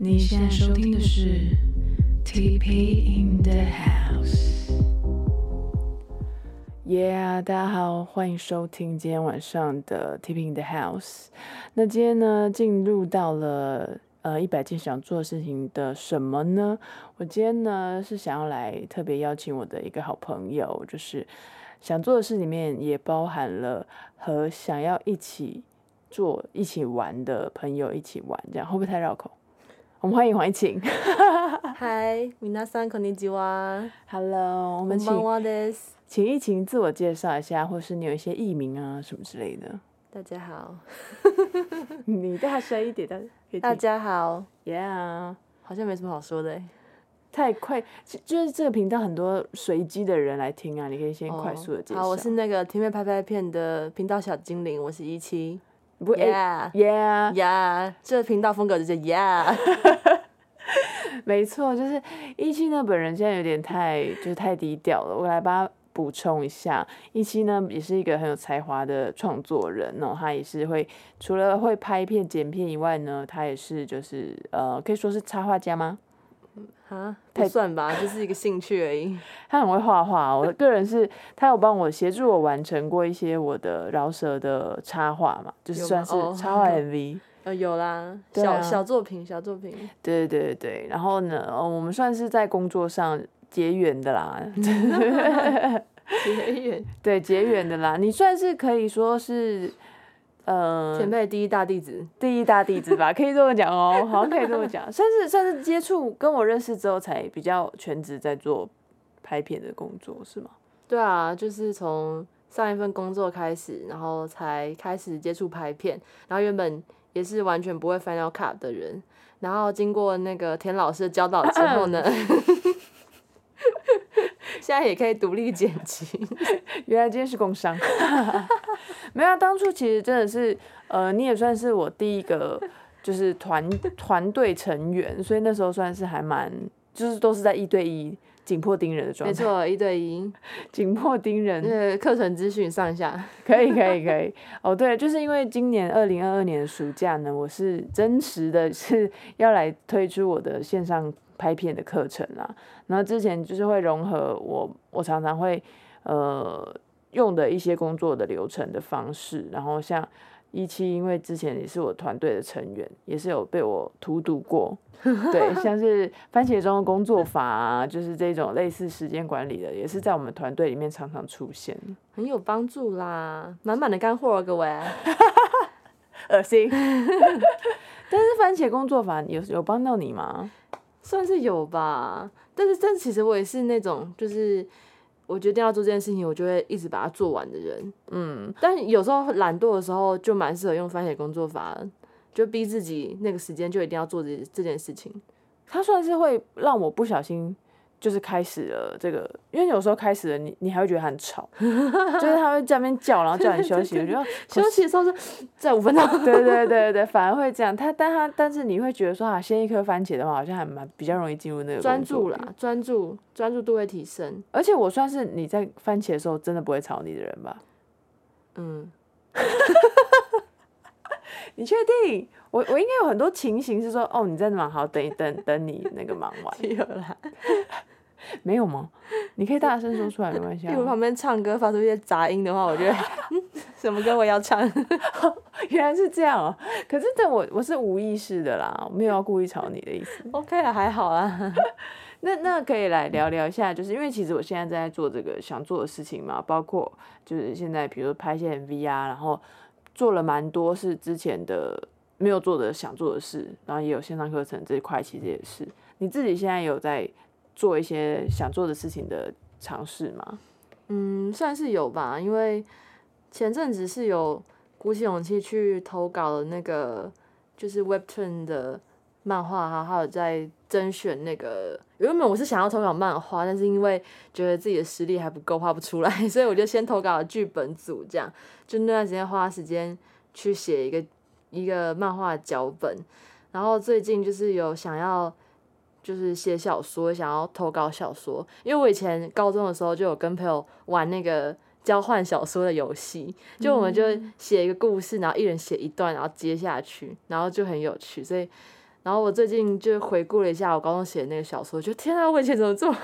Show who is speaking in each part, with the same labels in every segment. Speaker 1: 你现在收听的是 TP in the House。
Speaker 2: Yeah，大家好，欢迎收听今天晚上的 Tipping in the House。那今天呢，进入到了呃一百件想做的事情的什么呢？我今天呢是想要来特别邀请我的一个好朋友，就是想做的事里面也包含了和想要一起做、一起玩的朋友一起玩，这样会不会太绕口？我们欢迎黄一晴
Speaker 3: 嗨，皆さんこんにちは。
Speaker 2: ，Hello，我
Speaker 3: 我
Speaker 2: 们请
Speaker 3: 我です。
Speaker 2: 请一晴自我介绍一下，或是你有一些艺名啊什么之类的。
Speaker 3: 大家好，
Speaker 2: 你大声一点，大可以
Speaker 3: 大
Speaker 2: 听。
Speaker 3: 家好，
Speaker 2: Yeah，
Speaker 3: 好像没什么好说的欸。
Speaker 2: 太快，就就是这个频道很多随机的人来听啊，你可以先快
Speaker 3: 哦
Speaker 2: 速的介绍。
Speaker 3: 好，我是那个甜妹拍拍片的频道小精灵，我是一七。
Speaker 2: 不过哎
Speaker 3: Yeah，
Speaker 2: ，Yeah，
Speaker 3: yeah，这频道风格就是 Yeah。
Speaker 2: 没错，就是一期呢本人现在有点太就是太低调了，我来帮他补充一下，一期呢也是一个很有才华的创作人哦，他也是会除了会拍片剪片以外呢，他也是就是呃可以说是插画家吗？
Speaker 3: 啊，不算吧，就是一个兴趣而已。
Speaker 2: 他很会画画，我个人是他有帮我协助我完成过一些我的饶舌的插画嘛，就是
Speaker 3: 有
Speaker 2: 算
Speaker 3: 吗
Speaker 2: 是
Speaker 3: 哦
Speaker 2: 插画 MV。
Speaker 3: 呃，有啦，
Speaker 2: 对
Speaker 3: 小
Speaker 2: 啊
Speaker 3: 小作品，小 作品。
Speaker 2: 对对对对，然后呢，呃我们算是在工作上结缘的啦，
Speaker 3: 嗯结缘，
Speaker 2: 对结缘的啦。你算是可以说是，呃，
Speaker 3: 甜妹第一大弟子。
Speaker 2: 第一大弟子 吧，可以这么讲哦，好像可以这么讲，算是算是接触跟我认识之后才比较全职在做拍片的工作，是吗？
Speaker 3: 对啊，就是从上一份工作开始，然后才开始接触拍片，然后原本也是完全不会 Final Cut 的人，然后经过那个田老师的教导之后呢，现在也可以独立剪辑。
Speaker 2: 原来今天是工伤， 没有、啊，当初其实真的是，呃，你也算是我第一个就是团 团队成员，所以那时候算是还蛮，就是都是在一对一紧迫盯人的状
Speaker 3: 没
Speaker 2: 态，
Speaker 3: 错，一对一，
Speaker 2: 紧迫盯
Speaker 3: 那
Speaker 2: 人，
Speaker 3: 个课程资讯上下，
Speaker 2: 可以可以可以，哦对，就是因为今年二零二二年的暑假呢，我是真实的是 要来推出我的线上拍片的课程啦，然后之前就是会融合我我常常会呃用的一些工作的流程的方式，然后像一期，因为之前也是我团队的成员，也是有被我荼毒过，对，像是番茄钟的工作法啊，就是这种类似时间管理的，也是在我们团队里面常常出现，
Speaker 3: 很有帮助啦，满满的干货哦，各位。
Speaker 2: 恶 心。但是番茄工作法有有帮到你吗？
Speaker 3: 算是有吧，但是但其实我也是那种，就是我决定要做这件事情，我就会一直把它做完的人。嗯，但有时候懒惰的时候，就蛮适合用番茄工作法的，就逼自己那个时间就一定要做这这件事情。
Speaker 2: 它算是会让我不小心就是开始了这个，因为有时候开始了你你还会觉得它很吵，就是它会在那边叫，然后叫你休息，我觉得
Speaker 3: 休息的时候是在五分钟，
Speaker 2: 对对对对，反而会这样。他但他但是你会觉得说啊，先一颗番茄的话，好像还蛮比较容易进入那个
Speaker 3: 专
Speaker 2: 工作
Speaker 3: 注
Speaker 2: 里。
Speaker 3: 啦，专注专注度会提升。
Speaker 2: 而且我算是你在番茄的时候真的不会吵你的人吧？
Speaker 3: 嗯，
Speaker 2: 你确定？我我应该有很多情形是说，哦，你在忙，好，等一等等你那个忙完，
Speaker 3: 有啦，
Speaker 2: 没有吗？你可以大声说出来，没关系、
Speaker 3: 因为我
Speaker 2: 啊。
Speaker 3: 旁边唱歌发出一些杂音的话，我觉 得嗯，什么歌我也要唱。
Speaker 2: 原来是这样哦、可是这我我是无意识的啦，我没有要故意吵你的意思。
Speaker 3: OK 了，还好啦。
Speaker 2: 那那可以来聊聊一下，就是因为其实我现在正在做这个想做的事情嘛，包括就是现在比如说拍一些 MV 啊，然后做了蛮多是之前的没有做的想做的事，然后也有线上课程这一块，其实也是你自己现在有在做一些想做的事情的尝试吗？
Speaker 3: 嗯，算是有吧，因为前阵子是有鼓起勇气去投稿的那个，就是 Webtoon 的漫画哈，还有在甄选那个。原本我是想要投稿漫画，但是因为觉得自己的实力还不够，画不出来， 所以我就先投稿了剧本组，这样就那段时间花时间去写一个一个漫画的脚本。然后最近就是有想要就是写小说，想要投稿小说，因为我以前高中的时候就有跟朋友玩那个交换小说的游戏，就我们就写一个故事，然后一人写一段，然后接下去，然后就很有趣，所以然后我最近就回顾了一下我高中写的那个小说，我觉得天啊，我以前怎么这 么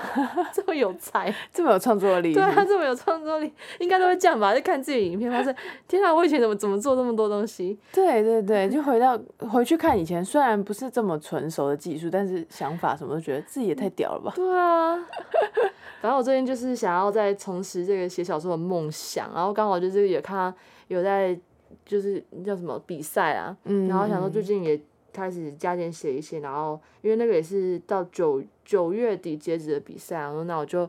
Speaker 3: 这么有才？
Speaker 2: 这么有创作力是
Speaker 3: 对
Speaker 2: 不是，
Speaker 3: 啊，这么有创作力，应该都会这样吧？就看自己影片，发现天啊，我以前怎么怎么做这么多东西？
Speaker 2: 对对
Speaker 3: 嗯
Speaker 2: 对，就回到回去看以前，虽然不是这么纯熟的技术，但是想法什么都觉得自己也
Speaker 3: 嗯
Speaker 2: 太屌了吧。
Speaker 3: 对啊， 反正我最近就是想要再重拾这个写小说的梦想，然后刚好就是也看到有在就是叫什么比赛啊，
Speaker 2: 嗯，
Speaker 3: 然后想说最近也开始加减写一些，然后因为那个也是到九九月底截止的比赛啊，然后那我就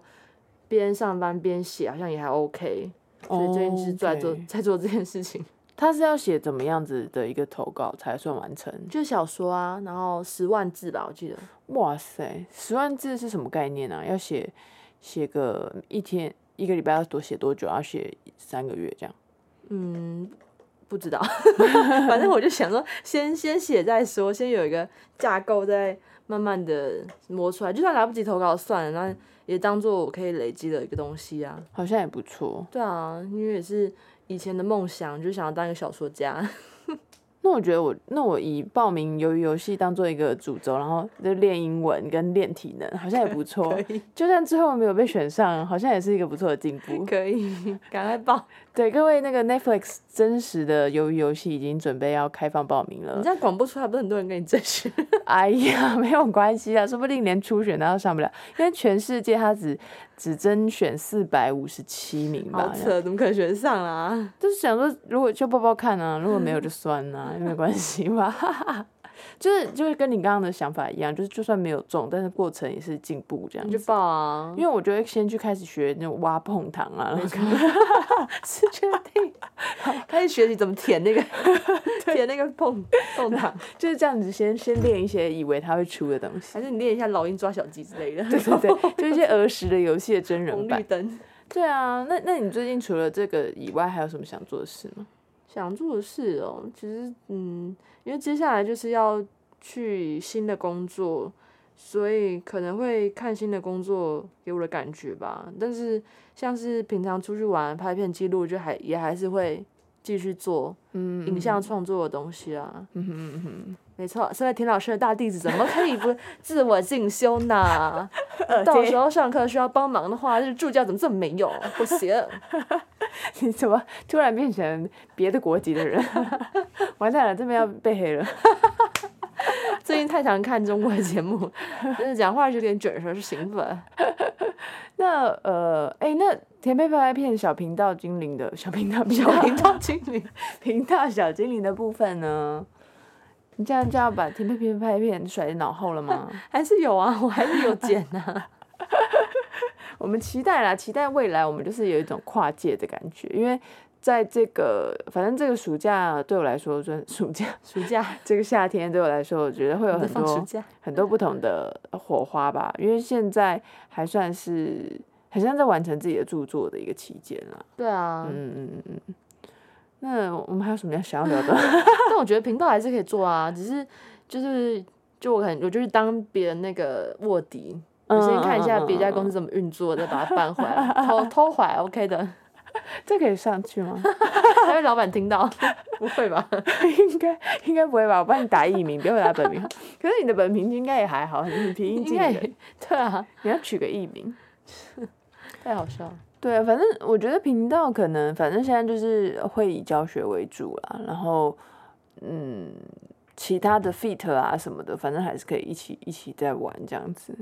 Speaker 3: 边上班边写，好像也还 OK，所以最近就是在做
Speaker 2: OK
Speaker 3: 在做这件事情，
Speaker 2: 嗯哦他是要写怎么样子的一个投稿才算完成？
Speaker 3: 就小说啊，然后十万字吧，我记得
Speaker 2: 哇塞，十万字是什么概念啊？要写写个一天一个礼拜要多写多久？要写三个月这样？
Speaker 3: 嗯，不知 道，反正我就想说先，先写再说，先有一个架构，再慢慢的磨出来。就算来不及投稿算了，那也当做我可以累积的一个东西啊。
Speaker 2: 好像也不错。
Speaker 3: 对啊，因为也是以前的梦想，就想要当一个小说家。
Speaker 2: 那我觉得我那我以报名鱿鱼游戏当做一个主轴，然后就练英文跟练体能，好像也不 错。
Speaker 3: 以，
Speaker 2: 就算最后没有被选上，好像也是一个不错的进 步。
Speaker 3: 可以，赶快报！
Speaker 2: 对各位，那个 Netflix 真实的鱿鱼游戏已经准备要开放报名
Speaker 3: 你
Speaker 2: 了
Speaker 3: 这。样广播出来，不是很多人跟你争 取？
Speaker 2: 哎呀，没有关系啊，说不定连初选他都上不了，因为全世界他只只甄选四百五十七名吧哎
Speaker 3: 好。扯，怎么可能选上啊？
Speaker 2: 就是想说，如果就抱抱看啊，如果 没有就算啊，没关系嘛。 就是就是跟你刚刚的想法一样，就是就算没有中，但是过程也是进步这样
Speaker 3: 你
Speaker 2: 子
Speaker 3: 就报啊！
Speaker 2: 因为我就会先去开始学那种挖碰糖啊，
Speaker 3: 嗯
Speaker 2: 然后
Speaker 3: 是确 定，开始学习怎么舔 那个舔那个碰碰糖。
Speaker 2: 就是这样子先先练一些以为他会出的东西。
Speaker 3: 还是你练一下老鹰抓小鸡之类 的，
Speaker 2: 对对对，就是一哦些儿时的游戏的真人
Speaker 3: 红绿
Speaker 2: 版。
Speaker 3: 灯。
Speaker 2: 对啊，那那你最近除了这个以外，还有什么想做的事吗？
Speaker 3: 想做的事哦，其实嗯，因为接下来就是要去新的工作，所以可能会看新的工作给我的感觉吧。但是像是平常出去玩、拍片、记录，就还也还是会继续做
Speaker 2: 嗯
Speaker 3: 影像创作的东西啊。
Speaker 2: 嗯哼嗯哼
Speaker 3: 没错，身为田老师的大弟子，怎么可以不自我进修呢？
Speaker 2: 呃
Speaker 3: 到
Speaker 2: 对
Speaker 3: 时候上课需要帮忙的话，这助教怎么这么没用？不行。
Speaker 2: 你怎么突然变成别的国籍的人？ 完蛋了，这边要被黑了。
Speaker 3: 最近太常看中国的节 目，真的讲话有点卷舌，是兴 奋。
Speaker 2: 那呃，哎、那甜佩拍拍片小频道精灵的小频道频
Speaker 3: 小
Speaker 2: 道
Speaker 3: 铃铛精灵，
Speaker 2: 频道小精灵的部分呢？你这样就要把甜佩片拍片甩在脑后了吗？
Speaker 3: 还是有啊，我还是有剪 啊。
Speaker 2: 我们期待啦，期待未来我们就是有一种跨界的感觉，因为在这个反正这个暑假对我来说，真暑假
Speaker 3: 暑假
Speaker 2: 这个夏天对我来说，我觉得会有
Speaker 3: 在
Speaker 2: 很
Speaker 3: 放暑
Speaker 2: 多
Speaker 3: 假，
Speaker 2: 很多不同的火花吧，因为现在还算是很像在完成自己的著作的一个期间啦。
Speaker 3: 对啊。
Speaker 2: 嗯嗯嗯嗯嗯。那我们还有什么要想要聊 的？
Speaker 3: 但我觉得频道还是可以做啊，只是就是就我很我就是当别人那个卧底，
Speaker 2: 嗯
Speaker 3: 我先看一下别家公司怎么运作，再把它搬回来，偷偷回来 OK 的，
Speaker 2: 这可以上去吗？
Speaker 3: 还被老板听到，不会吧？
Speaker 2: 应该应该不会吧？我帮你打艺名，不要打本名。可是你的本名应该也还好，你平易
Speaker 3: 应
Speaker 2: 近
Speaker 3: 该
Speaker 2: 人。
Speaker 3: 也对啊，
Speaker 2: 你要取个艺名。
Speaker 3: 太好笑了。
Speaker 2: 对啊，反正我觉得频道可能，反正现在就是会以教学为主啦，然后嗯，其他的 fit 啊什么的，反正还是可以一起一起在玩这样子。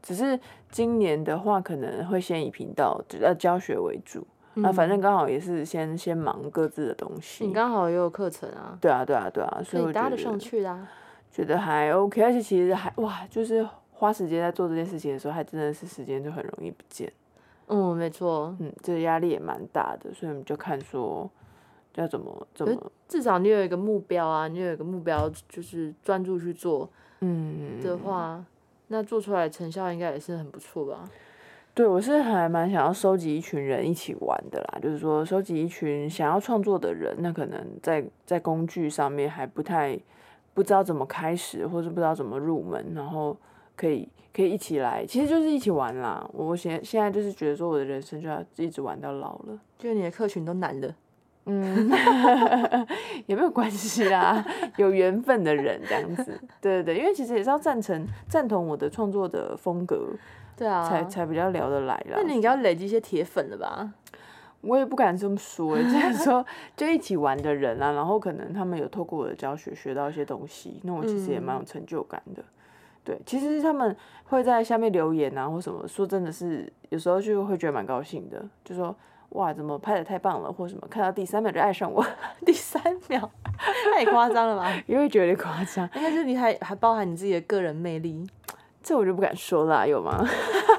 Speaker 2: 只是今年的话，可能会先以频道呃教学为主，那、反正刚好也是先先忙各自的东西
Speaker 3: 啊嗯你。刚好也有课程啊，
Speaker 2: 对啊，对啊，对啊，所以
Speaker 3: 可
Speaker 2: 我
Speaker 3: 以
Speaker 2: 觉
Speaker 3: 搭得
Speaker 2: 得
Speaker 3: 上去的、啊。
Speaker 2: 觉得还 OK，而且其实还哇，就是花时间在做这件事情的时候，还真的是时间就很容易不见。
Speaker 3: 嗯，没错。
Speaker 2: 嗯，这个压力也蛮大的，所以我们就看说要怎么怎
Speaker 3: 可是
Speaker 2: 么，
Speaker 3: 至少你有一个目标啊，你有一个目标，就是专注去做
Speaker 2: 嗯，
Speaker 3: 的话，那做出来成效应该也是很不错吧？
Speaker 2: 对我是还蛮想要收集一群人一起玩的啦，就是说收集一群想要创作的人，那可能在在工具上面还不太不知道怎么开始，或是不知道怎么入门，然后可以可以一起来，其实就是一起玩啦。我现现在就是觉得说我的人生就要一直玩到老了。
Speaker 3: 就你的客群都男的，
Speaker 2: 嗯， 也没有关系啦，有缘分的人这样子，对对对，因为其实也是要赞成赞同我的创作的风格，
Speaker 3: 对啊，
Speaker 2: 才才比较聊得来啦
Speaker 3: 那。你应该要累积一些铁粉了吧？
Speaker 2: 我也不敢这么说、欸， 就是说就一起玩的人啊，然后可能他们有透过我的教学学到一些东西，那我其实也蛮
Speaker 3: 嗯
Speaker 2: 有成就感的。对，其实他们会在下面留言啊或什么，说真的是有时候就会觉得蛮高兴的，就说哇怎么拍的太棒了，或什么看到第三秒就爱上我，
Speaker 3: 第三秒， 太夸张了吧？
Speaker 2: 也会觉得有点夸张，
Speaker 3: 应该是你还还包含你自己的个人魅 力。
Speaker 2: 这我就不敢说啦，有吗？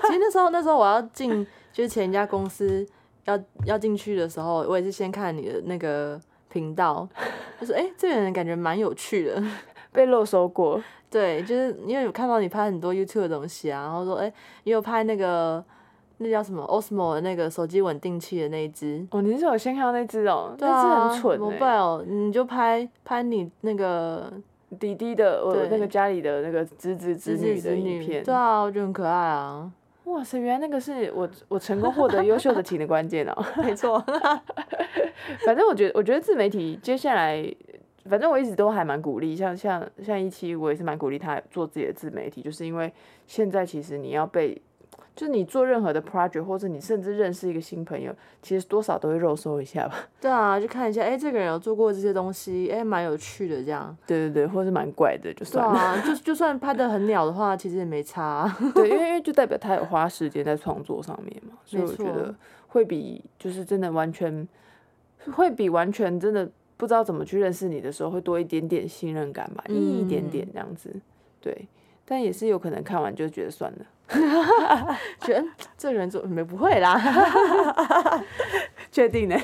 Speaker 3: 其实那时候那时候我要进就是前一家公司要要进去的时候，我也是先看你的那个频道，就是哎、诶这个人感觉蛮有趣的。
Speaker 2: 被漏收过，
Speaker 3: 对，就是因为有看到你拍很多 YouTube 的东西啊，然后说哎、诶你有拍那个那叫什么 Osmo 的那个手机稳定器的那一只。
Speaker 2: 哦，你是有先看到那只哦，
Speaker 3: 对
Speaker 2: 那只
Speaker 3: 啊
Speaker 2: 很蠢、欸，
Speaker 3: ，mobile，你就拍拍你那个
Speaker 2: 弟弟的，我
Speaker 3: 对
Speaker 2: 那个家里的那个侄子侄
Speaker 3: 侄
Speaker 2: 女
Speaker 3: 子
Speaker 2: 的
Speaker 3: 侄
Speaker 2: 影片，
Speaker 3: 女，对啊，我觉得很可爱 啊。
Speaker 2: 哇塞，原来那个是我我成功获得优秀的情的关键哦、
Speaker 3: 没错，
Speaker 2: 反正我觉得，我觉得自媒体接下来，反正我一直都还蛮鼓励，像像像一期我也是蛮鼓励他做自己的自媒体，就是因为现在其实你要被，就是你做任何的 project，或者你甚至认识一个新朋友，其实多少都会肉搜一下吧。
Speaker 3: 对啊，就看一下，哎、这个人有做过这些东西，哎、蛮有趣的这样。
Speaker 2: 对对对，或是蛮怪的，就
Speaker 3: 对
Speaker 2: 算了。
Speaker 3: 啊，就就算拍的很鸟的话，其实也没差啊、
Speaker 2: 对，因为因为就代表他有花时间在创作上面嘛，所以
Speaker 3: 没
Speaker 2: 我觉
Speaker 3: 错
Speaker 2: 得会比就是真的完全，会比完全真的不知道怎么去认识你的时候，会多一点点信任感吧，一点
Speaker 3: 嗯
Speaker 2: 点这样子，对。但也是有可能看完就觉得算 了，
Speaker 3: 觉得嗯这个人怎么没不会啦？
Speaker 2: 确定呢？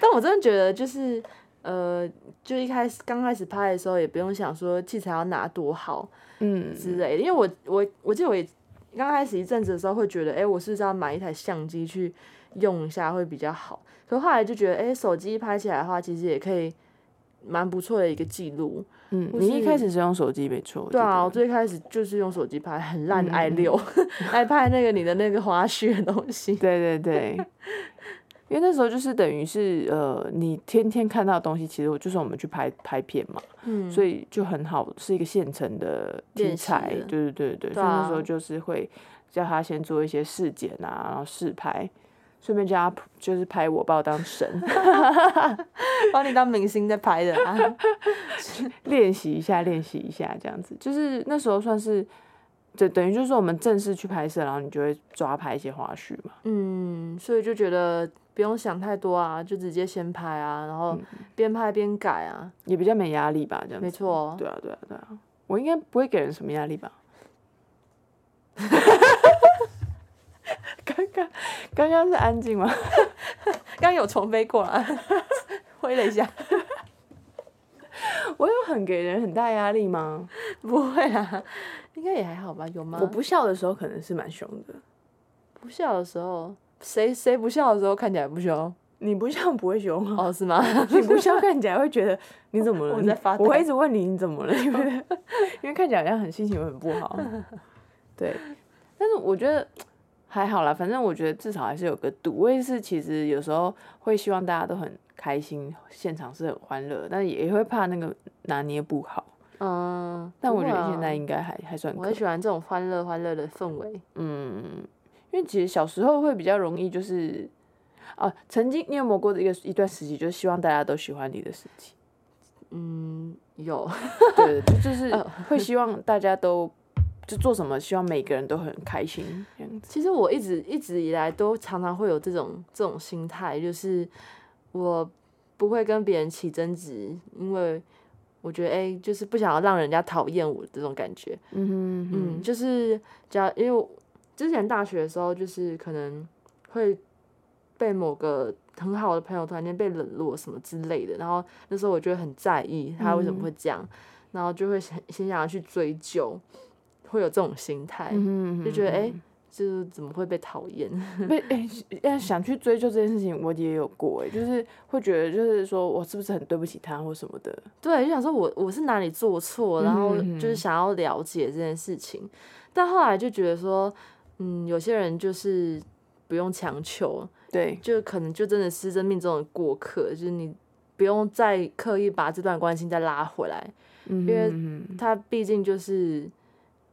Speaker 3: 但我真的觉得就是，呃，就一开始刚开始拍的时候，也不用想说器材要拿多好
Speaker 2: 嗯，
Speaker 3: 之类的，因为我我我记得我也刚开始一阵子的时候会觉得，哎、我是不是要买一台相机去用一下会比较好？可后来就觉得，哎、手机拍起来的话，其实也可以蛮不错的一个记录。
Speaker 2: 嗯，
Speaker 3: 或
Speaker 2: 你一开
Speaker 3: 是
Speaker 2: 始是用手机没错，我
Speaker 3: 对
Speaker 2: 记
Speaker 3: 啊，
Speaker 2: 得
Speaker 3: 我最开始就是用手机拍很烂的
Speaker 2: 嗯
Speaker 3: i
Speaker 2: 嗯
Speaker 3: 六、 来拍那个你的那个花絮的东西。
Speaker 2: 对对对，因为那时候就是等于是呃，你天天看到的东西，其实我就是我们去拍拍片嘛，
Speaker 3: 嗯，
Speaker 2: 所以就很好，是一个现成的题
Speaker 3: 练习
Speaker 2: 材
Speaker 3: 的，
Speaker 2: 对对对对，所以
Speaker 3: 啊
Speaker 2: 那时候就是会叫他先做一些试剪啊，然后试拍，顺便叫他 p- 就是拍我，把我当 神
Speaker 3: 把你当明星在拍的啊。
Speaker 2: 练习一下，练习一下这样子，就是那时候算是。等等于就是我们正式去拍摄，然后你就会抓拍一些花絮嘛。
Speaker 3: 嗯，所以就觉得不用想太多啊，就直接先拍啊，然后边拍边改啊。
Speaker 2: 也比较没压力吧，这样子。
Speaker 3: 没错
Speaker 2: 对啊，对啊，对啊。我应该不会给人什么压力吧？ 刚刚刚刚是安静吗？
Speaker 3: 刚有重飞过来，挥了一下，
Speaker 2: 我有很给人很大压力吗？
Speaker 3: 不会啊，应该也还好吧？有吗？
Speaker 2: 我不笑的时候可能是蛮凶的。
Speaker 3: 不笑的时候，谁谁不笑的时候看起来不凶？
Speaker 2: 你不笑不会凶啊，
Speaker 3: 哦，是吗？
Speaker 2: 你不笑看起来会觉得你怎么了？
Speaker 3: 我在发
Speaker 2: 你 我会
Speaker 3: 呆
Speaker 2: 一直问你你怎么了，因 为因为看起来好像很心情很不 好。对，但是我觉得还好啦，反正我觉得至少还是有个度。我也是，其实有时候会希望大家都很开心，现场是很欢乐，但也会怕那个拿捏不好。
Speaker 3: 嗯，
Speaker 2: 但
Speaker 3: 不
Speaker 2: 我觉
Speaker 3: 会
Speaker 2: 得
Speaker 3: 啊
Speaker 2: 现在应该还还算
Speaker 3: 我
Speaker 2: 可
Speaker 3: 很
Speaker 2: 以。
Speaker 3: 喜欢这种欢乐欢乐的氛围。
Speaker 2: 嗯，因为其实小时候会比较容易就是，哦、曾经你有没有过一个一段时期，就是希望大家都喜欢你的时期？
Speaker 3: 嗯，有，呃
Speaker 2: 对，就就是会希望大家都就做什么，希望每个人都很开心这样子。
Speaker 3: 其实我一直一直以来都常常会有这种这种心态，就是我不会跟别人起争执，因为我觉得哎、就是不想要让人家讨厌我这种感觉。
Speaker 2: 嗯
Speaker 3: 嗯，就是只要因为我之前大学的时候，就是可能会被某个很好的朋友突然间被冷落什么之类的，然后那时候我就会很在意他为什么会这样，然后就会想先想要去追究，会有这种心态，
Speaker 2: 嗯
Speaker 3: 就觉得哎、诶就是怎么会被讨厌？
Speaker 2: 被哎、要想去追究这件事情，我也有过哎、就是会觉得就是说我是不是很对不起他或什么的。
Speaker 3: 对，就想说我我是哪里做错，然后
Speaker 2: 嗯
Speaker 3: 就是想要了解这件事情，但后来就觉得说，嗯，有些人就是不用强求，
Speaker 2: 对
Speaker 3: 就可能就真的是生命中的过客，就是你不用再刻意把这段关系再拉回来，
Speaker 2: 因
Speaker 3: 为
Speaker 2: 嗯
Speaker 3: 他毕竟就是，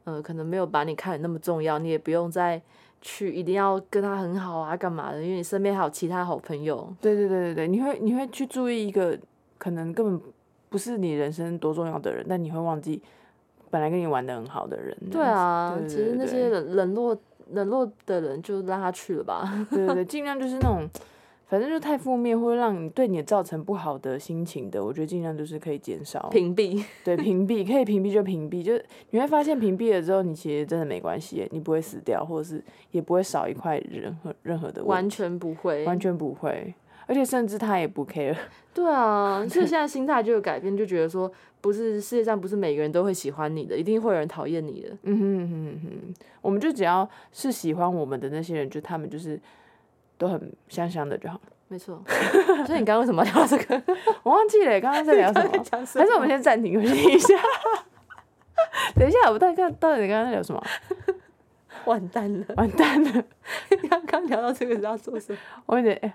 Speaker 3: 呃，可能没有把你看得那么重要，你也不用再去一定要跟他很好啊，干嘛的？因为你身边还有其他好朋友。
Speaker 2: 对对对对对，你会你会去注意一个可能根本不是你人生多重要的人，但你会忘记本来跟你玩的很好的人。这
Speaker 3: 对
Speaker 2: 样子
Speaker 3: 啊，
Speaker 2: 对
Speaker 3: 其
Speaker 2: 对
Speaker 3: 实那
Speaker 2: 对
Speaker 3: 些冷冷落冷落的人，就让他去了吧。
Speaker 2: 对对对，尽量就是那种，反正就太负面，会让你对你造成不好的心情的，我觉得尽量就是可以减少。
Speaker 3: 屏蔽，
Speaker 2: 对，屏蔽可以屏蔽就屏蔽，就是你会发现屏蔽了之后，你其实真的没关系耶，你不会死掉，或者是也不会少一块任何任何的问
Speaker 3: 完
Speaker 2: 题
Speaker 3: 全不会。
Speaker 2: 完全不会，而且甚至他也不 care。
Speaker 3: 对啊， 所以现在心态就有改变，就觉得说，不是世界上不是每个人都会喜欢你的，一定会有人讨厌你的。
Speaker 2: 嗯哼嗯哼嗯哼，我们就只要是喜欢我们的那些人，就他们就是都很香香的就好。
Speaker 3: 没 错。所以你刚刚为什么要聊这个？
Speaker 2: 我忘记了刚刚在聊什么，
Speaker 3: 讲什
Speaker 2: 还
Speaker 3: 么
Speaker 2: 是我们先暂停休息一下。 等一下，我到底刚到底刚刚在聊什么？
Speaker 3: 完蛋了？
Speaker 2: 完蛋 了。
Speaker 3: 刚刚聊到这个是要做什么？
Speaker 2: 我有点、哎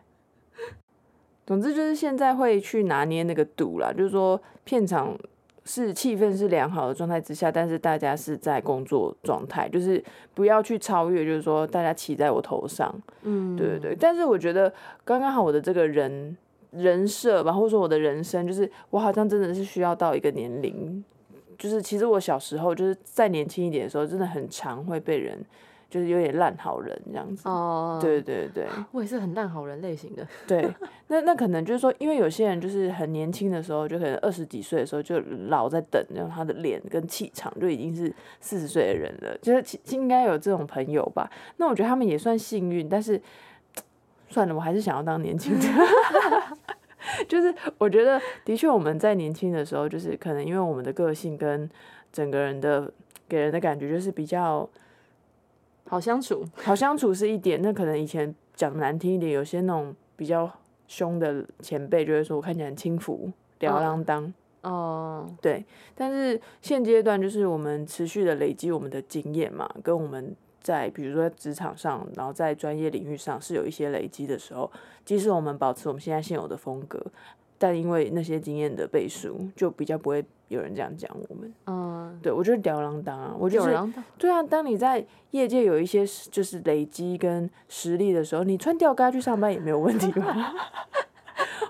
Speaker 2: 总之就是现在会去拿捏那个度啦，就是说片场是气氛是良好的状态之下，但是大家是在工作状态，就是不要去超越，就是说大家骑在我头上，
Speaker 3: 嗯，
Speaker 2: 对对对。但是我觉得刚刚好我的这个人人设吧，或者说我的人生，就是我好像真的是需要到一个年龄，就是其实我小时候就是再年轻一点的时候，真的很常会被人就是有点烂好人这样子。
Speaker 3: 哦，
Speaker 2: 对对对，
Speaker 3: 我也是很烂好人类型的。
Speaker 2: 对，那那可能就是说，因为有些人就是很年轻的时候，就可能二十几岁的时候就老在等，然后他的脸跟气场就已经是四十岁的人了，就是其应该有这种朋友吧。那我觉得他们也算幸运，但是算了，我还是想要当年轻的。 就是我觉得，的确我们在年轻的时候，就是可能因为我们的个性跟整个人的给人的感觉就是比较
Speaker 3: 好相处，
Speaker 2: 好相处是一点，那可能以前讲难听一点，有些那种比较凶的前辈就会说我看起来很轻浮、吊儿郎当。
Speaker 3: 哦、
Speaker 2: 对，但是现阶段就是我们持续的累积我们的经验嘛，跟我们在比如说职场上，然后在专业领域上是有一些累积的时候，即使我们保持我们现在现有的风格，但因为那些经验的背书，就比较不会有人这样讲我们。
Speaker 3: 嗯，
Speaker 2: 对我就是吊儿郎当啊，我就
Speaker 3: 有
Speaker 2: 是
Speaker 3: 人
Speaker 2: 对啊，当你在业界有一些实就是累积跟实力的时候，你穿吊嘎去上班也没有问题吧？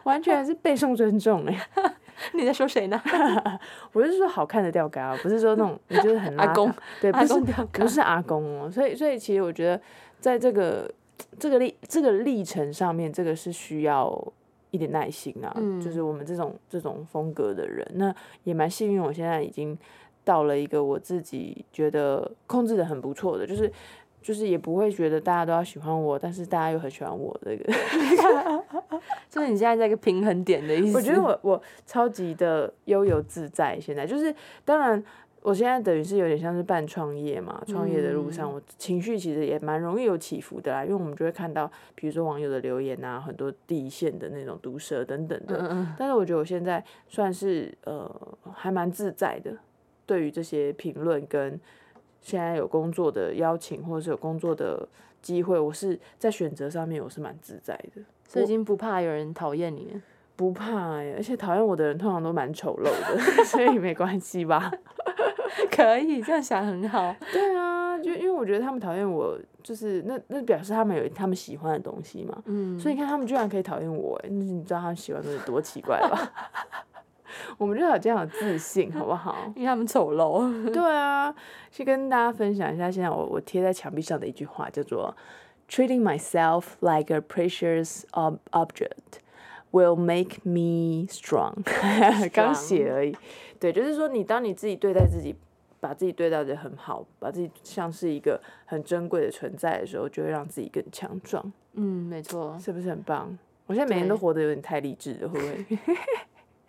Speaker 2: 完全是备受尊重哎、
Speaker 3: 你在说谁呢？
Speaker 2: 我是说好看的吊嘎哦，不是说那种你就是很
Speaker 3: 阿
Speaker 2: 邋遢
Speaker 3: 公，
Speaker 2: 对，
Speaker 3: 阿
Speaker 2: 不是
Speaker 3: 公吊嘎
Speaker 2: 不是阿公哦，所以所以其实我觉得在这个这个历这个历程上面，这个是需要一点耐心啊，
Speaker 3: 嗯
Speaker 2: 就是我们这种这种风格的人，那也蛮幸运，我现在已经到了一个我自己觉得控制的很不错的，就是。就是也不会觉得大家都要喜欢我，但是大家又很喜欢我这个。
Speaker 3: 就是你现在在一个平衡点的意思。
Speaker 2: 我觉得我我超级的悠游自在，现在就是当然，我现在等于是有点像是半创业嘛，创业的路
Speaker 3: 嗯
Speaker 2: 上，我情绪其实也蛮容易有起伏的啦，因为我们就会看到，比如说网友的留言啊，很多第一线的那种毒舌等等的，
Speaker 3: 嗯嗯，
Speaker 2: 但是我觉得我现在算是呃还蛮自在的，对于这些评论跟现在有工作的邀请或者是有工作的机会，我是在选择上面我是蛮自在的。
Speaker 3: 所以已经不怕有人讨厌你了。
Speaker 2: 不怕哎、而且讨厌我的人通常都蛮丑陋的， 所以没关系吧？
Speaker 3: 可以这样想很好。
Speaker 2: 对啊，就因为我觉得他们讨厌我，就是那那表示他们有他们喜欢的东西嘛，
Speaker 3: 嗯，
Speaker 2: 所以你看他们居然可以讨厌我、欸，你你知道他们喜欢的东西多奇怪吧？ 我们就要有这样的自信，好不好？
Speaker 3: 因为他们丑陋，
Speaker 2: 对啊，去跟大家分享一下，现在我我贴在墙壁上的一句话叫做 “Treating myself like a precious ob object will make me strong”，刚 写而已。对，就是说你当你自己对待自己，把自己对待的很好，把自己像是一个很珍贵的存在的时候，就会让自己更强壮，
Speaker 3: 嗯，没错，
Speaker 2: 是不是很棒？我现在每天
Speaker 3: 对
Speaker 2: 都活得有点太励志了，会不会？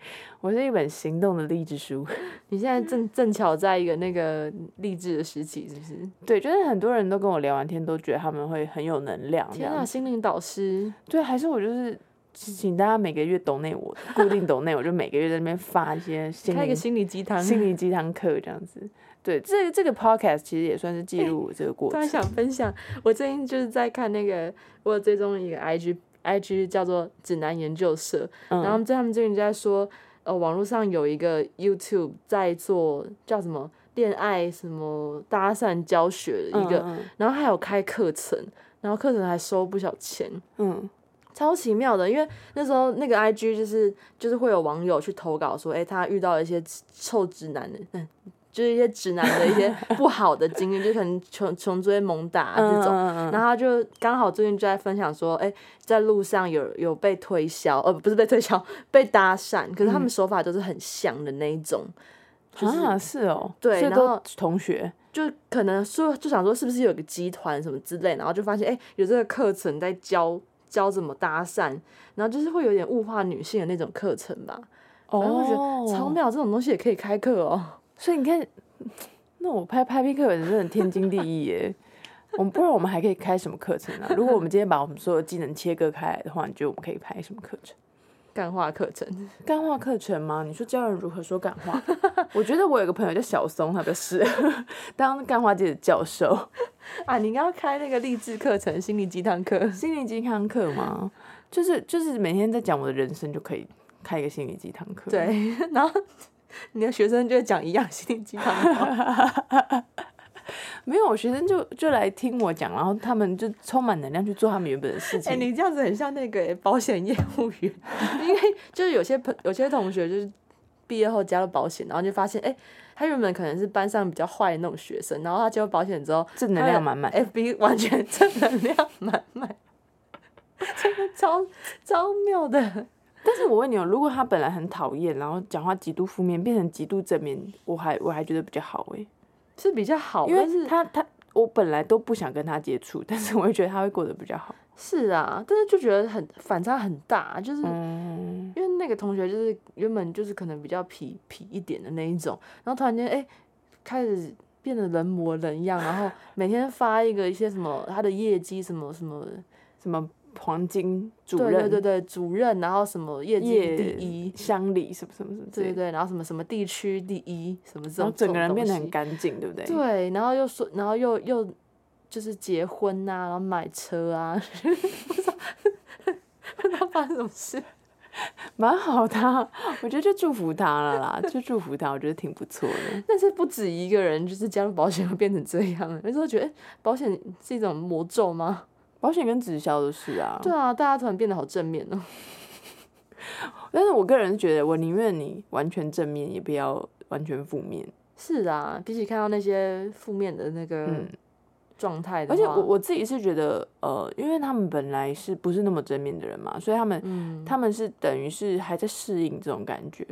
Speaker 2: 我是一本行动的励志书。
Speaker 3: 你现在正正巧在一个那个励志的时期，是不是？
Speaker 2: 对，就是很多人都跟我聊完天，都觉得他们会很有能量这
Speaker 3: 天
Speaker 2: 样
Speaker 3: 啊，
Speaker 2: 子。
Speaker 3: 心灵导师，
Speaker 2: 对，还是我就是请大家每个月抖内我，固定抖内，我就每个月在那边发一些心
Speaker 3: 开一个
Speaker 2: 灵
Speaker 3: 心理鸡汤，
Speaker 2: 心灵鸡汤课这样子。对，这这个 podcast 其实也算是记录我这个过 程。
Speaker 3: 哎突然想分享，我最近就是在看那个，我有追踪一个 IG IG 叫做指南研究社，然后他
Speaker 2: 嗯
Speaker 3: 们最他们最近就在说，呃，网络上有一个 YouTube 在做叫什么恋爱什么搭讪教学的一个，
Speaker 2: 嗯
Speaker 3: 然后还有开课程，然后课程还收不小钱，
Speaker 2: 嗯
Speaker 3: 超奇妙的，因为那时候那个 IG 就是就是会有网友去投稿说，哎、他遇到了一些臭直男的，嗯，就是一些直男的一些不好的经 历，就可能穷穷追猛打啊
Speaker 2: 嗯
Speaker 3: 这种。
Speaker 2: 嗯嗯
Speaker 3: 然后他就刚好最近就在分享说，哎、在路上有有被推销，呃，不是被推销，被搭讪，可是
Speaker 2: 嗯
Speaker 3: 他们手法都是很像的那一种，就是
Speaker 2: 啊是哦，
Speaker 3: 对
Speaker 2: 所以
Speaker 3: 然
Speaker 2: 都
Speaker 3: 后
Speaker 2: 同学，
Speaker 3: 就可能说就想说是不是有个集团什么之类，然后就发现哎、诶有这个课程在教教怎么搭讪，然后就是会有点物化女性的那种课程吧。反正我觉
Speaker 2: 哦
Speaker 3: 得超妙，这种东西也可以开课哦。
Speaker 2: 所以你看， 那我拍拍片课也是很天经地义耶。我们不然我们还可以开什么课程啊？如果我们今天把我们所有技能切割开来的话，你觉得我们可以拍什么课程？
Speaker 3: 干化课程，
Speaker 2: 干话课程吗？你说教人如何说干 话？我觉得我有个朋友叫小松，他比较适合 当干话界的教授。
Speaker 3: 啊，你应该要开那个励志课程、心理鸡汤课。
Speaker 2: 心理鸡汤课吗？就是就是每天在讲我的人生就可以开一个心理鸡汤课。，
Speaker 3: 对，然后你的学生就会讲一样心理鸡汤的话。
Speaker 2: 没有我学生就就来听我讲，然后他们就充满能量去做他们原本的事情。
Speaker 3: 哎、你这样子很像那个、哎保险业务 员，因为就是有些朋有些同学就是毕业后加入保险，然后就发现，哎、他原本可能是班上比较坏的那种学生，然后他加入保险之后，
Speaker 2: 正能量满满。
Speaker 3: ，FB 完全正能量满满，真的超超妙的。
Speaker 2: 但是我问你哦，如果他本来很讨厌，然后讲话极度负面，变成极度正面，我还我还觉得比较好诶，
Speaker 3: 是比较好，
Speaker 2: 因
Speaker 3: 但
Speaker 2: 为
Speaker 3: 是
Speaker 2: 他他我本来都不想跟他接触，但是我会觉得他会过得比较好。
Speaker 3: 是啊，但是就觉得很反差很大，就是
Speaker 2: 嗯，
Speaker 3: 因为那个同学就是原本就是可能比较痞痞一点的那一种，然后突然间哎、开始变得人模人样，然后每天发一个一些什么他的业绩什么什么，
Speaker 2: 什么黄金主
Speaker 3: 对对
Speaker 2: 任、
Speaker 3: 对对，主任，然后什么业绩第一
Speaker 2: 叶，乡里什么什么什么之
Speaker 3: 对
Speaker 2: 类
Speaker 3: 对
Speaker 2: 的，
Speaker 3: 对，然后什么什么地区第一，什么这
Speaker 2: 然
Speaker 3: 种
Speaker 2: 后整个人变得很
Speaker 3: 干，
Speaker 2: 干净，对不对？
Speaker 3: 对，然后又说，然后又又就是结婚呐、然后买车啊， 不知道不知道发生什么事。
Speaker 2: 蛮好的啊，我觉得就祝福他了啦，就祝福他，我觉得挺不错的。
Speaker 3: 但是不止一个人，就是加入保险会变成这样。有时候觉得，诶保险是一种魔咒吗？
Speaker 2: 保险跟直销都是啊，
Speaker 3: 对啊，大家突然变得好正面哦。
Speaker 2: 但是我个人觉得，我宁愿你完全正面，也不要完全负面。
Speaker 3: 是啊，比起看到那些负面的那个
Speaker 2: 嗯，
Speaker 3: 状态的
Speaker 2: 而
Speaker 3: 话，
Speaker 2: 且我我自己是觉得，呃，因为他们本来是不是那么正面的人嘛，所以他们、
Speaker 3: 嗯
Speaker 2: 他们是等于是还在适应这种感觉。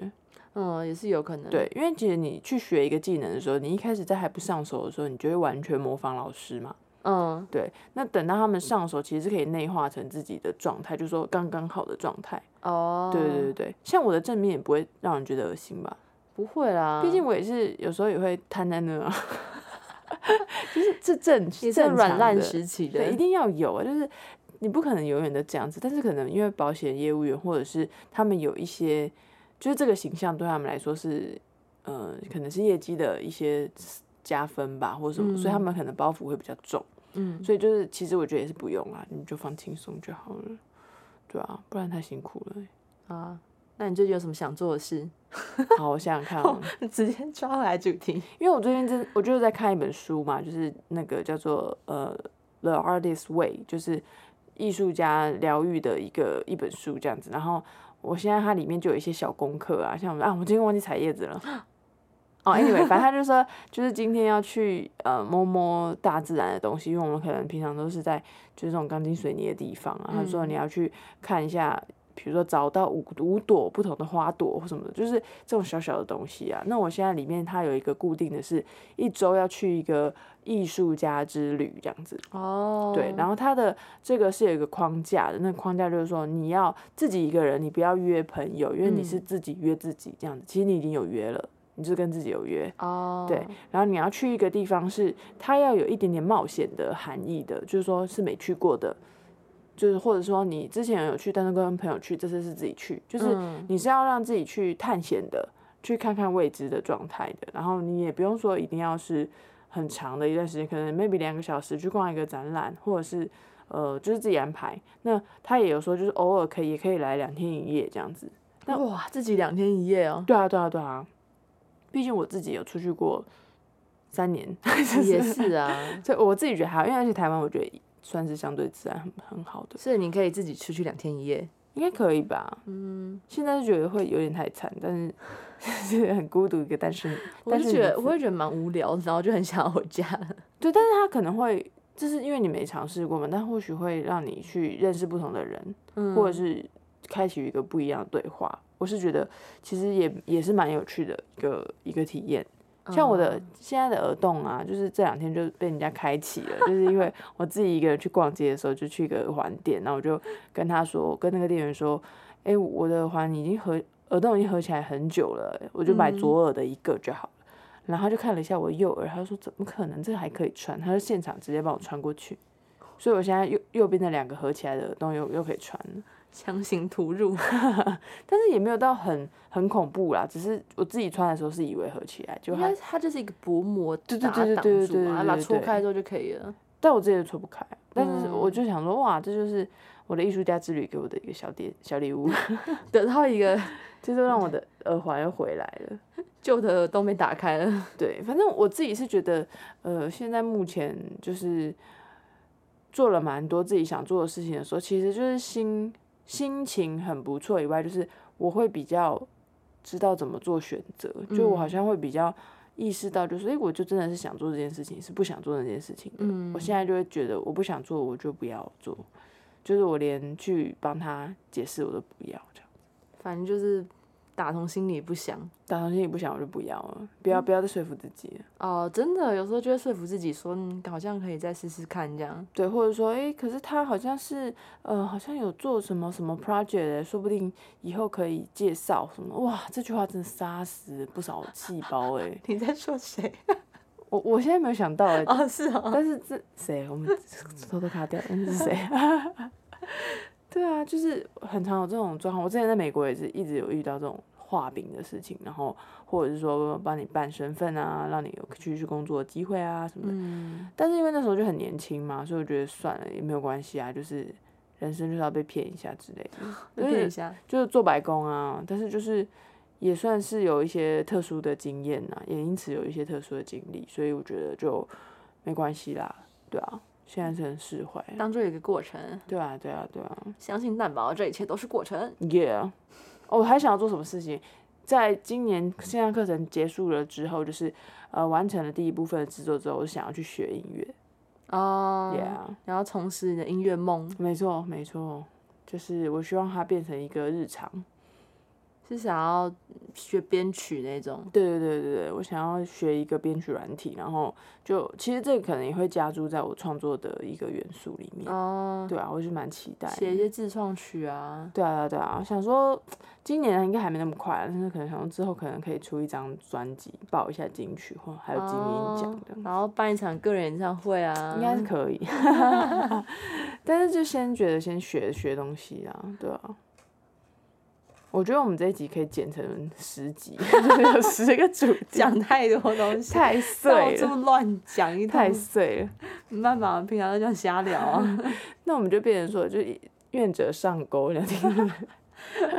Speaker 3: 嗯也是有可能。，
Speaker 2: 对，因为其实你去学一个技能的时候，你一开始在还不上手的时候，你就会完全模仿老师嘛。
Speaker 3: 嗯
Speaker 2: 对，那等到他们上手，其实是可以内化成自己的状态，就是说刚刚好的状态。
Speaker 3: 哦，
Speaker 2: 对对对，对，像我的正面也不会让人觉得恶心吧，
Speaker 3: 不会啦，
Speaker 2: 毕竟我也是有时候也会瘫在那啊， 就是这正
Speaker 3: 也是
Speaker 2: 正
Speaker 3: 软
Speaker 2: 常
Speaker 3: 烂
Speaker 2: 的
Speaker 3: 时期的
Speaker 2: 对，一，定要有啊，就是你不可能永远都这样子，但是可能因为保险业务员或者是他们有一些，就是这个形象对他们来说是，呃，可能是业绩的一些加分吧，或者什么，所以他
Speaker 3: 嗯
Speaker 2: 们可能包袱会比较重，
Speaker 3: 嗯，
Speaker 2: 所以就是其实我觉得也是不用啊，你们就放轻松就好了，对啊，不然太辛苦了欸、
Speaker 3: 啊，那你最近有什么想做 的事？
Speaker 2: 好，我想想看、哦，
Speaker 3: 直接抓回来主题。
Speaker 2: 因为我最近真我就是在看一本书嘛，就是那个叫做呃《The Artist Way》，就是艺术家疗愈的一个一本书这样子。然后我现在它里面就有一些小功课啊，像我们啊，我今天忘记采叶子了。哦、a n y w a y 反正他就说，就是今天要去呃摸摸大自然的东西，因为我们可能平常都是在就是这种钢筋水泥的地方啊。他说
Speaker 3: 嗯
Speaker 2: 你要去看一下，比如说找到五五朵不同的花朵或什么的，就是这种小小的东西啊。那我现在里面它有一个固定的是，一周要去一个艺术家之旅这样子。
Speaker 3: 哦，
Speaker 2: 对，然后它的这个是有一个框架的，那框架就是说你要自己一个人，你不要约朋友，因为你是
Speaker 3: 嗯
Speaker 2: 自己约自己这样子。其实你已经有约了，你就是跟自己有约。
Speaker 3: 哦，
Speaker 2: 对，然后你要去一个地方是它要有一点点冒险的含义的，就是说是没去过的，就是或者说你之前有去，但是跟朋友去，这次是自己去，就是
Speaker 3: 嗯
Speaker 2: 你是要让自己去探险的，去看看未知的状态的。然后你也不用说一定要是很长的一段时间，可能 maybe 两个小时去逛一个展览，或者是呃就是自己安排。那他也有说就是偶尔可以也可以来两天一夜这样子。那
Speaker 3: 哇，自己两天一夜 哦，
Speaker 2: 对啊，对啊，对啊。毕竟我自己有出去过三年，
Speaker 3: 也是啊，
Speaker 2: 所以我自己觉得还好，因为而且台湾我觉得算是相对自然很很好的，
Speaker 3: 所以你可以自己出去两天一夜。
Speaker 2: 应该可以吧？
Speaker 3: 嗯，
Speaker 2: 现在就觉得会有点太惨，但是 是很孤独一个单身，
Speaker 3: 我
Speaker 2: 但
Speaker 3: 就是觉得我会觉得蛮无聊的，然后就很想要回家。
Speaker 2: 对，但是他可能会，就是因为你没尝试过嘛，但或许会让你去认识不同的人，
Speaker 3: 嗯
Speaker 2: 或者是开启一个不一样的对话。我是觉得其实也也是蛮有趣的一个一个体验。像我
Speaker 3: 哦
Speaker 2: 的现在的耳洞啊，就是这两天就被人家开启了，就是因为我自己一个人去逛街的时候，就去一个耳环店，然后我就跟他说，跟那个店员说，哎、我的耳环已经合耳洞已经合起来很久了，我就买左耳的一个就好了。然后他就看了一下我右耳，他说怎么可能，这还可以穿？他就现场直接帮我穿过去，所以我现在右右边的两个合起来的耳洞又又可以穿了。
Speaker 3: 强行突入，
Speaker 2: 但是也没有到很很恐怖啦，只是我自己穿的时候是以为合起来，就
Speaker 3: 应
Speaker 2: 还
Speaker 3: 该它就是一个薄膜
Speaker 2: 对对
Speaker 3: 把它
Speaker 2: 对对
Speaker 3: 挡
Speaker 2: 对对
Speaker 3: 住
Speaker 2: 对
Speaker 3: 嘛，
Speaker 2: 对
Speaker 3: 把它
Speaker 2: 对
Speaker 3: 戳
Speaker 2: 对
Speaker 3: 开之后就可以了。
Speaker 2: 但我自己也戳不开。但是
Speaker 3: 嗯
Speaker 2: 我就想说，哇，这就是我的艺术家之旅给我的一个小点小礼物，
Speaker 3: 得到一个
Speaker 2: 就是让我的耳环又回来了。
Speaker 3: 旧的都没打开了，
Speaker 2: 对，反正我自己是觉得，呃，现在目前就是做了蛮多自己想做的事情的时候，其实就是心心情很不错以外，就是我会比较知道怎么做选择，就我好像会比较意识到，就是诶，我就真的是想做这件事情，是不想做那件事情的。
Speaker 3: 嗯
Speaker 2: 我现在就会觉得我不想做，我就不要做，就是我连去帮他解释我都不要这样。
Speaker 3: 反正就是打从心里不想。
Speaker 2: 打从心里不想，我就不要了，不要不要再说服自己了。
Speaker 3: 哦，真的，有时候就会说服自己说，嗯，好像可以再试试看这样。
Speaker 2: 对，或者说，诶，可是他好像是，呃，好像有做什么什么 project，欸说不定以后可以介绍什么。哇，这句话真的杀死不少细胞诶，
Speaker 3: 你在说谁？
Speaker 2: 我我现在没有想到诶，
Speaker 3: 哦，是哦，
Speaker 2: 但是这谁？啊我们 偷偷卡掉，嗯，是谁？ 对啊，就是很常有这种状况。我之前在美国也是一直有遇到这种画饼的事情，然后或者是说帮你办身份啊，让你有去去工作的机会啊什么的。
Speaker 3: 嗯，
Speaker 2: 但是因为那时候就很年轻嘛，所以我觉得算了也没有关系啊，就是人生就是要被骗一下之类的，
Speaker 3: 那
Speaker 2: 就是
Speaker 3: 变一下，
Speaker 2: 就是做白工啊，但是就是也算是有一些特殊的经验呐、也因此有一些特殊的经历，所以我觉得就没关系啦，对啊，现在是很释怀，
Speaker 3: 当做一个过程，
Speaker 2: 对啊，对啊，对啊
Speaker 3: 相信蛋宝，这一切都是过程。
Speaker 2: ，Yeah，哦，我还想要做什么事情？在今年线上课程结束了之后，就是呃完成了第一部分的制作之后，我想要去学音乐
Speaker 3: 哦，
Speaker 2: ，Yeah。
Speaker 3: 然后重拾你的音乐梦
Speaker 2: 没错，没错，就是我希望它变成一个日常。
Speaker 3: 是想要学编曲那种，
Speaker 2: 对对对对对，我想要学一个编曲软体，然后就其实这个可能也会加注在我创作的一个元素里面。
Speaker 3: 哦，
Speaker 2: 对啊，我是蛮期待的。
Speaker 3: 写一些自创曲啊，
Speaker 2: 对啊对啊对啊，我想说今年应该还没那么快啊，但是可能想说之后可能可以出一张专辑，报一下金曲或还有金
Speaker 3: 哦
Speaker 2: 音奖这样。
Speaker 3: 然后办一场个人演唱会啊，
Speaker 2: 应该是可 以， 但是就先觉得先学学东西啊，对啊。我觉得我们这一集可以剪成十集， 就是有十个 主题，
Speaker 3: 讲太多东西，
Speaker 2: 太
Speaker 3: 到
Speaker 2: 碎
Speaker 3: 处
Speaker 2: 了，
Speaker 3: 乱讲一
Speaker 2: 太
Speaker 3: 通，
Speaker 2: 碎了。
Speaker 3: 没办法，平常都这样瞎聊 啊。
Speaker 2: 那我们就变成说，就一愿者上钩两天，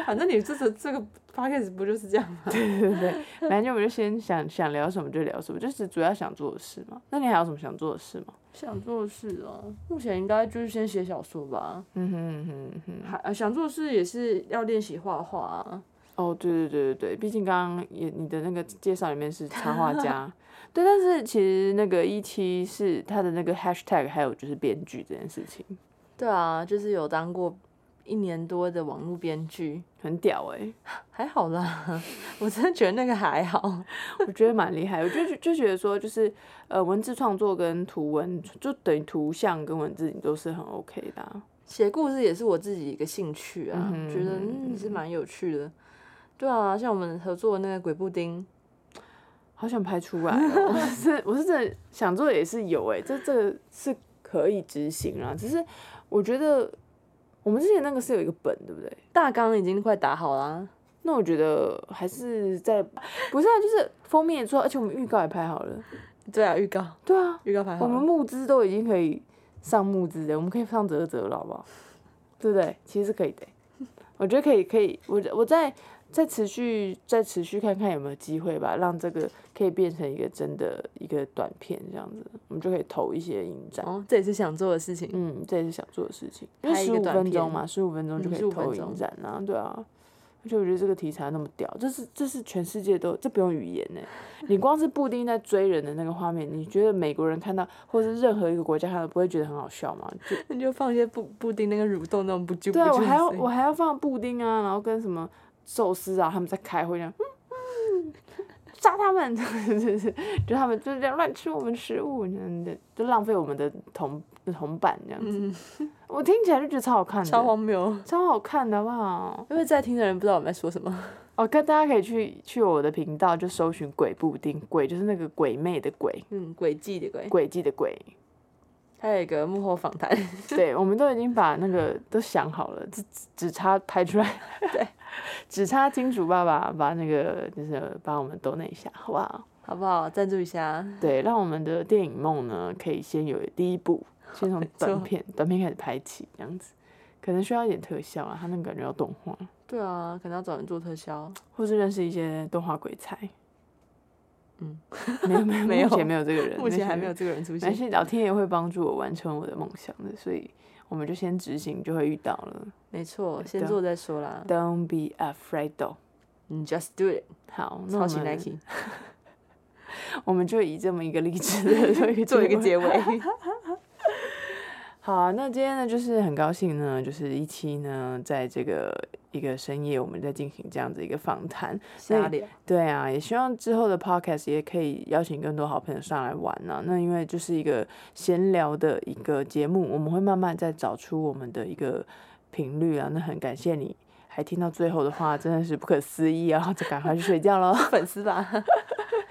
Speaker 3: 反正你这次这个 podcast 不就是这样吗？
Speaker 2: 对不对？ 反正我们就先想想聊什么就聊什么，就是主要想做的事嘛。那你还有什么想做的事吗？
Speaker 3: 想做的事哦，目前应该就是先写小说吧。
Speaker 2: 嗯哼嗯哼嗯哼。
Speaker 3: 还呃想做的事也是要练习画画啊。
Speaker 2: 哦，对对对对对，毕竟刚刚也你的那个介绍里面是插画家，对，但是其实那个一期是他的那个 hashtag，还有就是编剧这件事情
Speaker 3: 对啊，就是有当过一年多的网络编剧，
Speaker 2: 很屌哎、
Speaker 3: 还好啦。 我真的觉得那个还好。
Speaker 2: 我觉得蛮厉害，我就就觉得说就是呃文字创作跟图文就等于图像跟文字你都是很 OK 的啊、
Speaker 3: 写故事也是我自己一个兴趣啊，
Speaker 2: 嗯哼
Speaker 3: 觉得嗯是蛮有趣的。对啊，像我们合作的那个鬼布丁，
Speaker 2: 好想拍出来、哦， 我是我是真的想做也是有哎、这这个是可以执行啦，只是我觉得我们之前那个是有一个本对不对？
Speaker 3: 大纲已经快打好啦。
Speaker 2: 那我觉得还是在，不是啊，就是封面也做，而且我们预告也拍好了。
Speaker 3: 对啊，预告
Speaker 2: 对啊，
Speaker 3: 预告拍好
Speaker 2: 我们
Speaker 3: 了，
Speaker 2: 募资都已经可以上募资的，我们可以上泽泽了，好不好？对不对？其实是可以的，我觉得可以，可以。我我再再持续再持续看看有没有机会吧，让这个可以变成一个真的一个短片这样子，我们就可以投一些影展。
Speaker 3: 哦，这也是想做的事情。
Speaker 2: 嗯，这也是想做的事情，因为
Speaker 3: 拍一
Speaker 2: 十
Speaker 3: 个
Speaker 2: 五
Speaker 3: 短
Speaker 2: 分钟
Speaker 3: 片
Speaker 2: 嘛，十五分钟就
Speaker 3: 嗯
Speaker 2: 可以
Speaker 3: 15分
Speaker 2: 投影
Speaker 3: 钟
Speaker 2: 展啊，对啊。而且我觉得这个题材那么屌，这是这是全世界都这不用语言呢、你光是布丁在追人的那个画面，你觉得美国人看到，或是任何一个国家看到，不会觉得很好笑吗？就
Speaker 3: 那你就放一些布布丁那个蠕动那种不就
Speaker 2: 对啊，
Speaker 3: 不
Speaker 2: 我
Speaker 3: 就
Speaker 2: 还要
Speaker 3: 的声
Speaker 2: 我
Speaker 3: 音
Speaker 2: 还要放布丁啊，然后跟什么寿司啊，他们在开会这样，嗯嗯，杀他们， 就是就他们就这样乱吃我们食物，嗯就就浪费我们的铜铜板这样子。
Speaker 3: 嗯，
Speaker 2: 我听起来就觉得超好看的，
Speaker 3: 超荒谬，
Speaker 2: 超好看的，好不好？
Speaker 3: 因为在听的人不知道我们在说什 么。
Speaker 2: 哦，跟大家可以去去我的频道，就搜寻“鬼布丁”，鬼就是那个鬼魅的鬼，
Speaker 3: 嗯，诡计的诡，
Speaker 2: 诡计的鬼。
Speaker 3: 还有一个幕后访谈，
Speaker 2: 对，我们都已经把那个都想好了，只只只差拍出来，
Speaker 3: 对，
Speaker 2: 只差金主爸爸把那个就是帮我们抖那一下，好不好？
Speaker 3: 好不好？赞助一下，
Speaker 2: 对，让我们的电影梦呢可以先有第一步，先从
Speaker 3: 没
Speaker 2: 短
Speaker 3: 错
Speaker 2: 片短片开始拍起，这样子，可能需要一点特效啊，他那个感觉要动画，
Speaker 3: 对啊，可能要找人做特效，
Speaker 2: 或是认识一些动画鬼才。
Speaker 3: 嗯，
Speaker 2: 没有没有，
Speaker 3: 没有
Speaker 2: 目前没有这个人，
Speaker 3: 目前还没有
Speaker 2: 那些。
Speaker 3: 这个人出
Speaker 2: 但
Speaker 3: 现。
Speaker 2: 是老天爷会帮助我完成我的梦想的，所以我们就先执行，就会遇到了。
Speaker 3: 没错，
Speaker 2: 对
Speaker 3: 先
Speaker 2: 啊
Speaker 3: 做再说啦。
Speaker 2: Don't be afraid though。
Speaker 3: 嗯，just do it，
Speaker 2: 好，那
Speaker 3: 抄
Speaker 2: 我
Speaker 3: 袭
Speaker 2: 们
Speaker 3: Nike，
Speaker 2: 我们就以这么一个励志 的做一个
Speaker 3: 做一个结尾。
Speaker 2: 好啊，那今天呢，就是很高兴呢，就是一期呢，在这个一个深夜，我们在进行这样子一个访谈。
Speaker 3: 瞎聊，
Speaker 2: 对啊，也希望之后的 podcast 也可以邀请更多好朋友上来玩呢、那因为就是一个闲聊的一个节目，我们会慢慢再找出我们的一个频率啊。那很感谢你还听到最后的话，真的是不可思议啊！就赶快去睡觉喽。
Speaker 3: 粉 丝吧，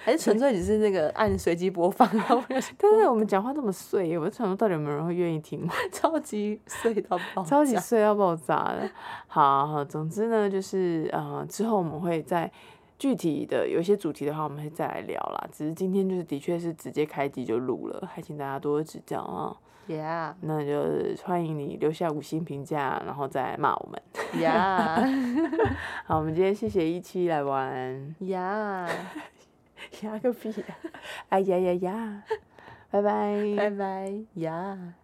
Speaker 3: 还是纯粹只是那个按随机播放，然后
Speaker 2: 但是我们讲话这么碎，我就想说到底有没有人会愿意听？
Speaker 3: 超级碎到爆炸，
Speaker 2: 超级碎到爆炸的。好，好总之呢，就是呃，之后我们会在具体的有一些主题的话，我们会再来聊啦。只是今天就是的确是直接开机就录了，还请大家多多指教啊。
Speaker 3: ，yeah
Speaker 2: 那就是欢迎你留下五星评价，然后再骂我们。
Speaker 3: yeah
Speaker 2: 好，我们今天谢谢一期来玩，
Speaker 3: yeah，
Speaker 2: 呀个屁呀、哎呀呀呀，拜拜，
Speaker 3: 拜拜，yeah。